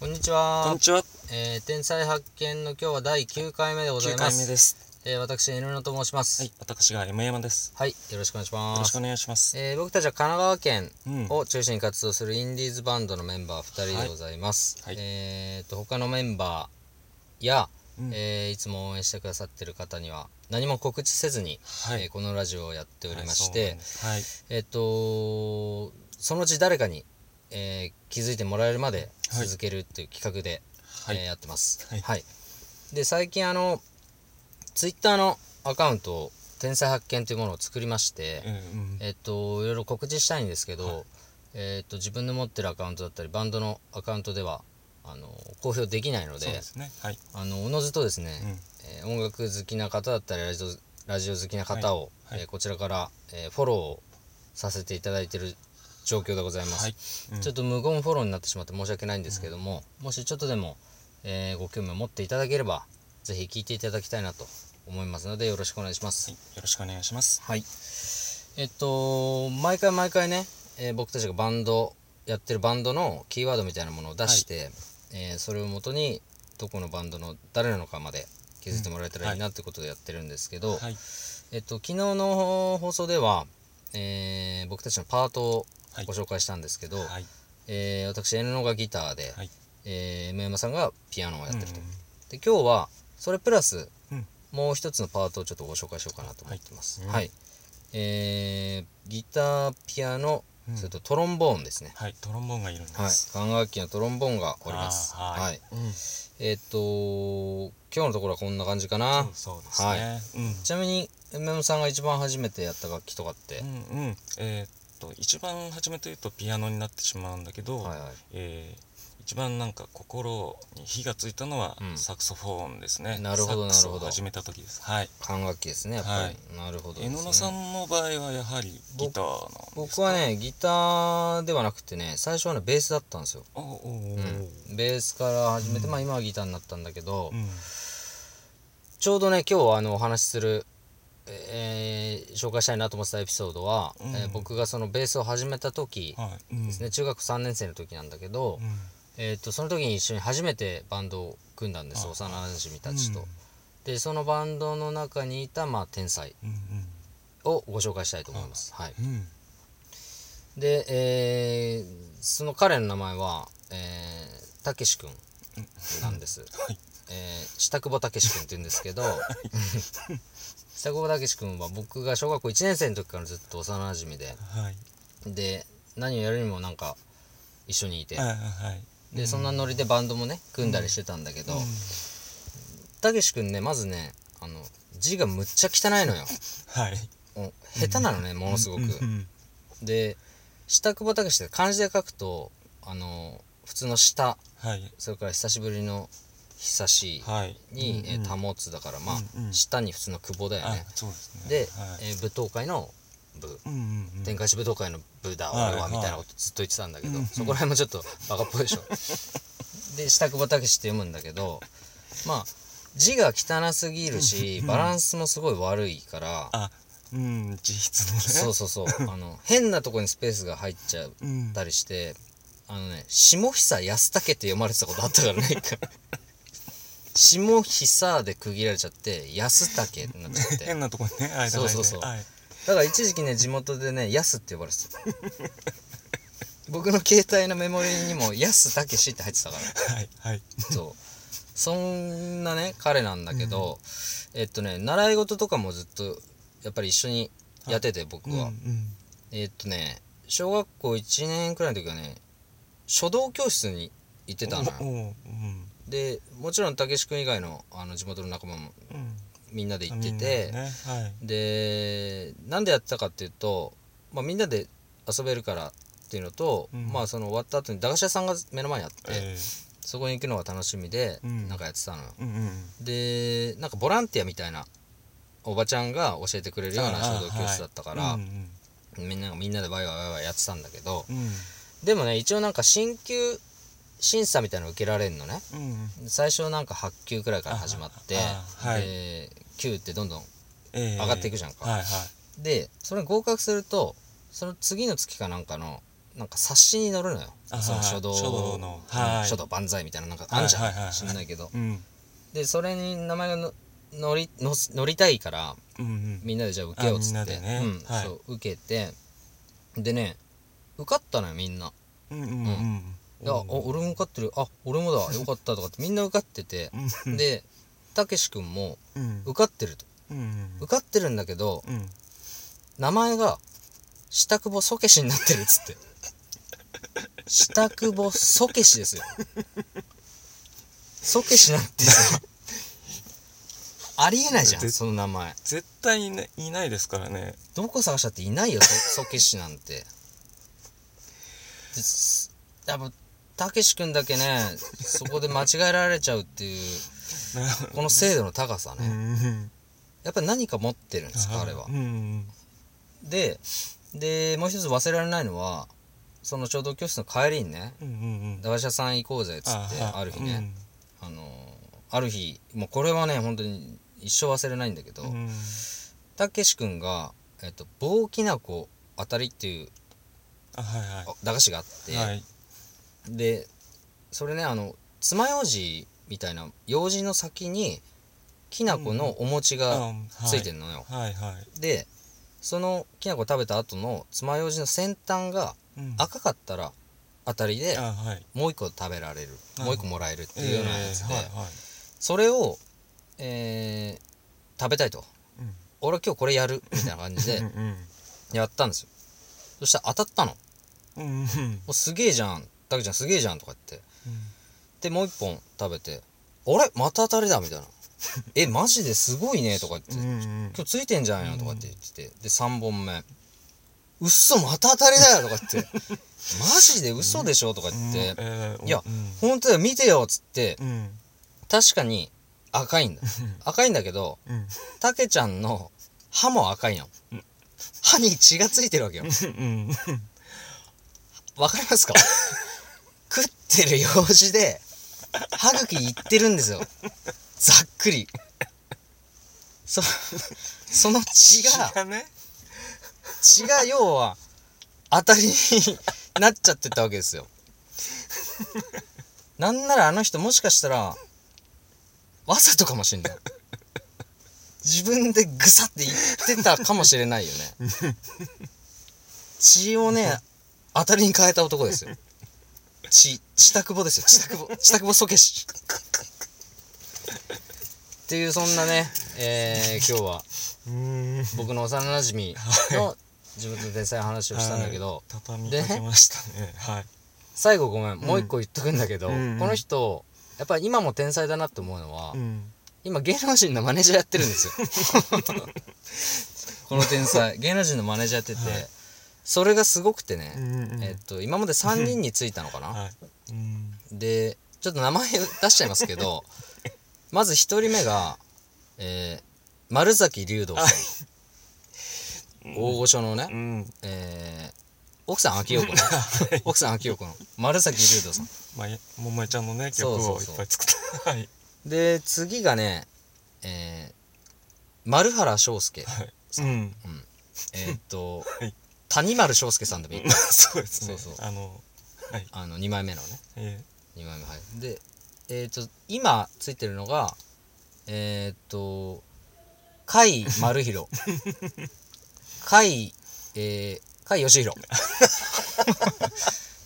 こんにちこんはに。ちは。えー、天才発見の今日は第9回目でござい9ま回目す。です。えー、私、N のと申します。ははいい、、私が M 山です。よろしくお願いしよろましくす。お願いします。えー、僕たちは神奈川県うん。を中心に活動するインディーズバンドのメンバー2人でございます。はいはいえーと、他のメンバーや、うんえーいつも応援してくださってる方には、何も告知せずに、はえーい。このラジオをやっておりましはいそうなてんで、すはい。えっとそのうち誰かに、えー気づいてもらえるまではい続けるっていう企画で、はいえーやってます。はいで最近あのツイッターのアカウントを「天才発見」というものを作りまして、うん。えっといろいろ告知したいんですけど、はいえっと自分の持ってるアカウントだったりバンドのアカウントではあの公表できないのそうでですね。はい。あのおのずとですね、うん。えー音楽好きな方だったりラジオラジオ好きな方を、はいはいえーこちらから、えーフォローをさせていただいている状況でございます、はい。うんちょっと無言フォローになってしまって申し訳ないんですけども、もしちょっとでも、えーご興味を持っていただければぜひ聞いていただきたいなと思いますのでよろしくお願いしますはい。よろしくお願いします。はい、えっと毎回毎回ね、えー僕たちがバンドやってるバンドのキーワードみたいなものを出して、えーそれをもとにどこのバンドの誰なのかまで気づいてもらえたらいいなってことでやってるんですけど、はい。えっと昨日の放送では、えー僕たちのパートをはいご紹介したんですけど、はい。えー私 N のがギターで、はい。えー M 山さんがピアノをやってると。うんで今日はそれプラスうん。もう一つのパートをちょっとご紹介しようかなと思ってます。ははいい。うんえー、ギター、ピアノ、うんそれとトロンボーンですね。はい。トロンボーンがいるんではいす。。管楽器のトロンボーンがおります。あーはい。はい。うん。えーっ、と今日のところはこんな感じかな。そうそうですね。ちなみに、めもさんが一番初めてやった楽器とかってう、ん。うん。うん。えーっと、一番初めて言うとピアノになってしまうんだけど、はいはい。えー一番なんか心に火がついたのはうんサクソフォーンですね。なるほどサックスをなるほど始めた時です。はい。管楽器ですね、やっぱり。なるほどです江ね、野さんの場合はやはりギターなんですか僕はね、ギターではなくてね、最初はね、ベースだったんですよ。おうおうおううん、ベースから始めて、まあ今はギターになったんだけど、うんちょうどね今日あのお話しする、えー紹介したいなと思ってたエピソードは、うんえー僕がそのベースを始めた時はいうんですね、中学3年生の時なんだけど、うんえー、とその時に一緒に初めてバンドを組んだんですあ幼なじみたちと。うんでそのバンドの中にいた、まあ、天才うんをご紹介したいと思います。はい、うんうんで、えーその彼の名前は、えー、たけし君なんです。いえー下久保たけし君って言うんです けど、下久保たけし君は僕が小学校1年生の時からずっと幼馴染で、はいで、何をやるにもなんか一緒にいて、あはいで、そんなノリでバンドもね、組んだりしてたんだけど、たけし君ね、まずね、あの、字がむっちゃ汚いのよ。はいお下手なのね、ものすごく。うんで下久保武士って漢字で書くとあの普通の下はいそれから久しぶりの久しいはいに、うんえー保つだからまあ、うんうん下に普通の久保だよあね、そうですねで、はいえー舞踏会の部うんうんうん天下一武道会の部だはい俺ははいみたいなことずっと言ってたんだけど、うんそこら辺もちょっとバカっぽいでしょで下久保武士って読むんだけどまあ字が汚すぎるしバランスもすごい悪いから、あうん自筆のねそうそうそうあの変なとこにスペースが入っちゃううんったりして、あのね、下久安武って読まれてたことあったからね、一回下久で区切られちゃって、安武ってなっちゃって。変なとこにね間が空いてそうそうそうはいだから一時期ね、地元でね、安って呼ばれてた。僕の携帯のメモリにも、安武って入ってたから。はいはいそう。そんなね、彼なんだけど、えっとね、習い事とかもずっと、やっぱり一緒にやってて、僕うんうは。んえーっとね小学校1年くらいの時はね書道教室に行ってたのよおおうんでもちろんたけし君以外のあの地元の仲間もうんみんなで行あっみてんなてでねはいでなんでやってたかっていうと、まあ、みんなで遊べるからっていうのと、うんまあその終わった後に駄菓子屋さんが目の前にあって、えーそこに行くのが楽しみで、うんなんかやってたのようんうんでなんかボランティアみたいなおばちゃんが教えてくれるような書道教室だったから、あうんみんながみんなでワイワイワイワイやってたんだけど、うんでもね一応なんか進級審査みたいなの受けられるのねうんうん最初なんか8級くらいから始まって、ああはいで9ってどんどん上上がっていくじゃんかはいはいでそれに合格するとその次の月かなんかのなんか冊子に載るのよあそのはい書道書道のうんはい書道万歳みたいななんかあんじはいはいはゃいはんい知んないけどうんでそれに名前がの載りの載りたいからうんうんみんなでじゃあ受けようっつってあみんなでねうんはいそう受けてでね受かったのよみんなうんうんうんいやあ俺も受かってるあ俺もだよかったとかってみんな受かってて うんでたけし君もうん受かってるとうんうん受かってるんだけどうん名前が下久保そけしになってるっつ って下久保そけしですよそけしなんてさありえないじゃんでその名前絶対いないないですからねどこ探したっていないよそ そけしなんてですやっぱたけし君だけねそこで間違えられちゃうっていうこの精度の高さうねんうんやっぱり何か持ってるんです彼はうんうんででもう一つ忘れられないのはその書道教室の帰りにねうんうんうん駄菓子屋さん行こうぜっつってあ,、る日ね、あのある日もうこれはね本当に一生忘れないんだけどうんたけし君が、えっと「棒きなこあたり」っていうあはいあ駄菓子があって、はいはいでそれねあの爪楊枝みたいな楊枝の先にきなこのお餅があついてるのよ、はいはいでそのきなこ食べた後の爪楊枝の先端がうん赤かったら当たりであはいもう一個食べられるうんもう一個もらえるってえいうようなやつーで、はいはいそれを、えー食べたいとうん俺は今日これやるみたいな感じでうんうんやったんですよそしたら当たったの「もうんうんうすげえじゃんたけちゃんすげえじゃん」とか言ってうんでもう一本食べて「あれまた当たりだ」みたいな「えマジですごいね」とか言ってうんうん今日ついてんじゃんよとかって言ってて、で3本目「うっそまた当たりだよ」とか言って 「マジで嘘でしょ」とか言って「いやうん本当だよ見てよ」っつってうん確かに赤いんだ赤いんだけどうんたけちゃんの歯も赤いの歯に血がついてるわけようんわかりますか食ってる用紙で歯茎いってるんですよざっくりそ その血ががね血が要は当たりになっちゃってたわけですよなんならあの人もしかしたらわざとかもしんない自分でぐさって言ってたかもしれないよね血をね当たりに変えた男ですよ血下久保ですよ下久保下久保そけしっていうそんなね、えー今日はうん僕の幼なじみの自分の天才の話をしたんだけど、畳みでかけましたねはい最後ごめんもう一個言っとくんだけど、うんこの人やっぱり今も天才だなって思うのは、うん今芸能人のマネージャーやってるんですよ この天才芸能人のマネージャーやってて、はいそれがすごくてうね、んうんえっと今まで3人についたのかなはいうんでちょっと名前出しちゃいますけどまず1人目が、えー丸崎龍道さん大御所のね、うんえー奥さん秋代子の奥さん秋代子の丸崎龍斗さんまあえももえちゃんのね曲そうそうをいそっうぱい作ったはいで次がねえー丸原章介うんえーっと、はい谷丸章介さんでもいいそうですねそうそあのはいあの2枚目のねえ2枚目はいでえーっと今ついてるのがえーっと甲斐丸広甲斐えー甲斐義弘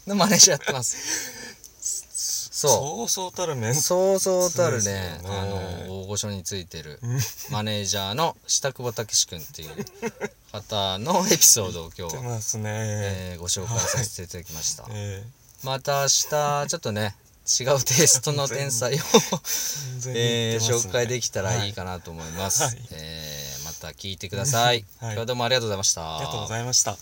のマネージャーやってますそうそうそうたる面そうそうたるねそうですよねあの大御所についてるうんマネージャーの下久保武君って いう方のエピソードを今日ては、ますねえーご紹介させていただきました、えまた明日ちょっとね違うテイストの天 才を、えー紹介でききたらいいかなと思います、はいえーまた聞いてください、はい今日はどうもありがとうございましたありがとうございました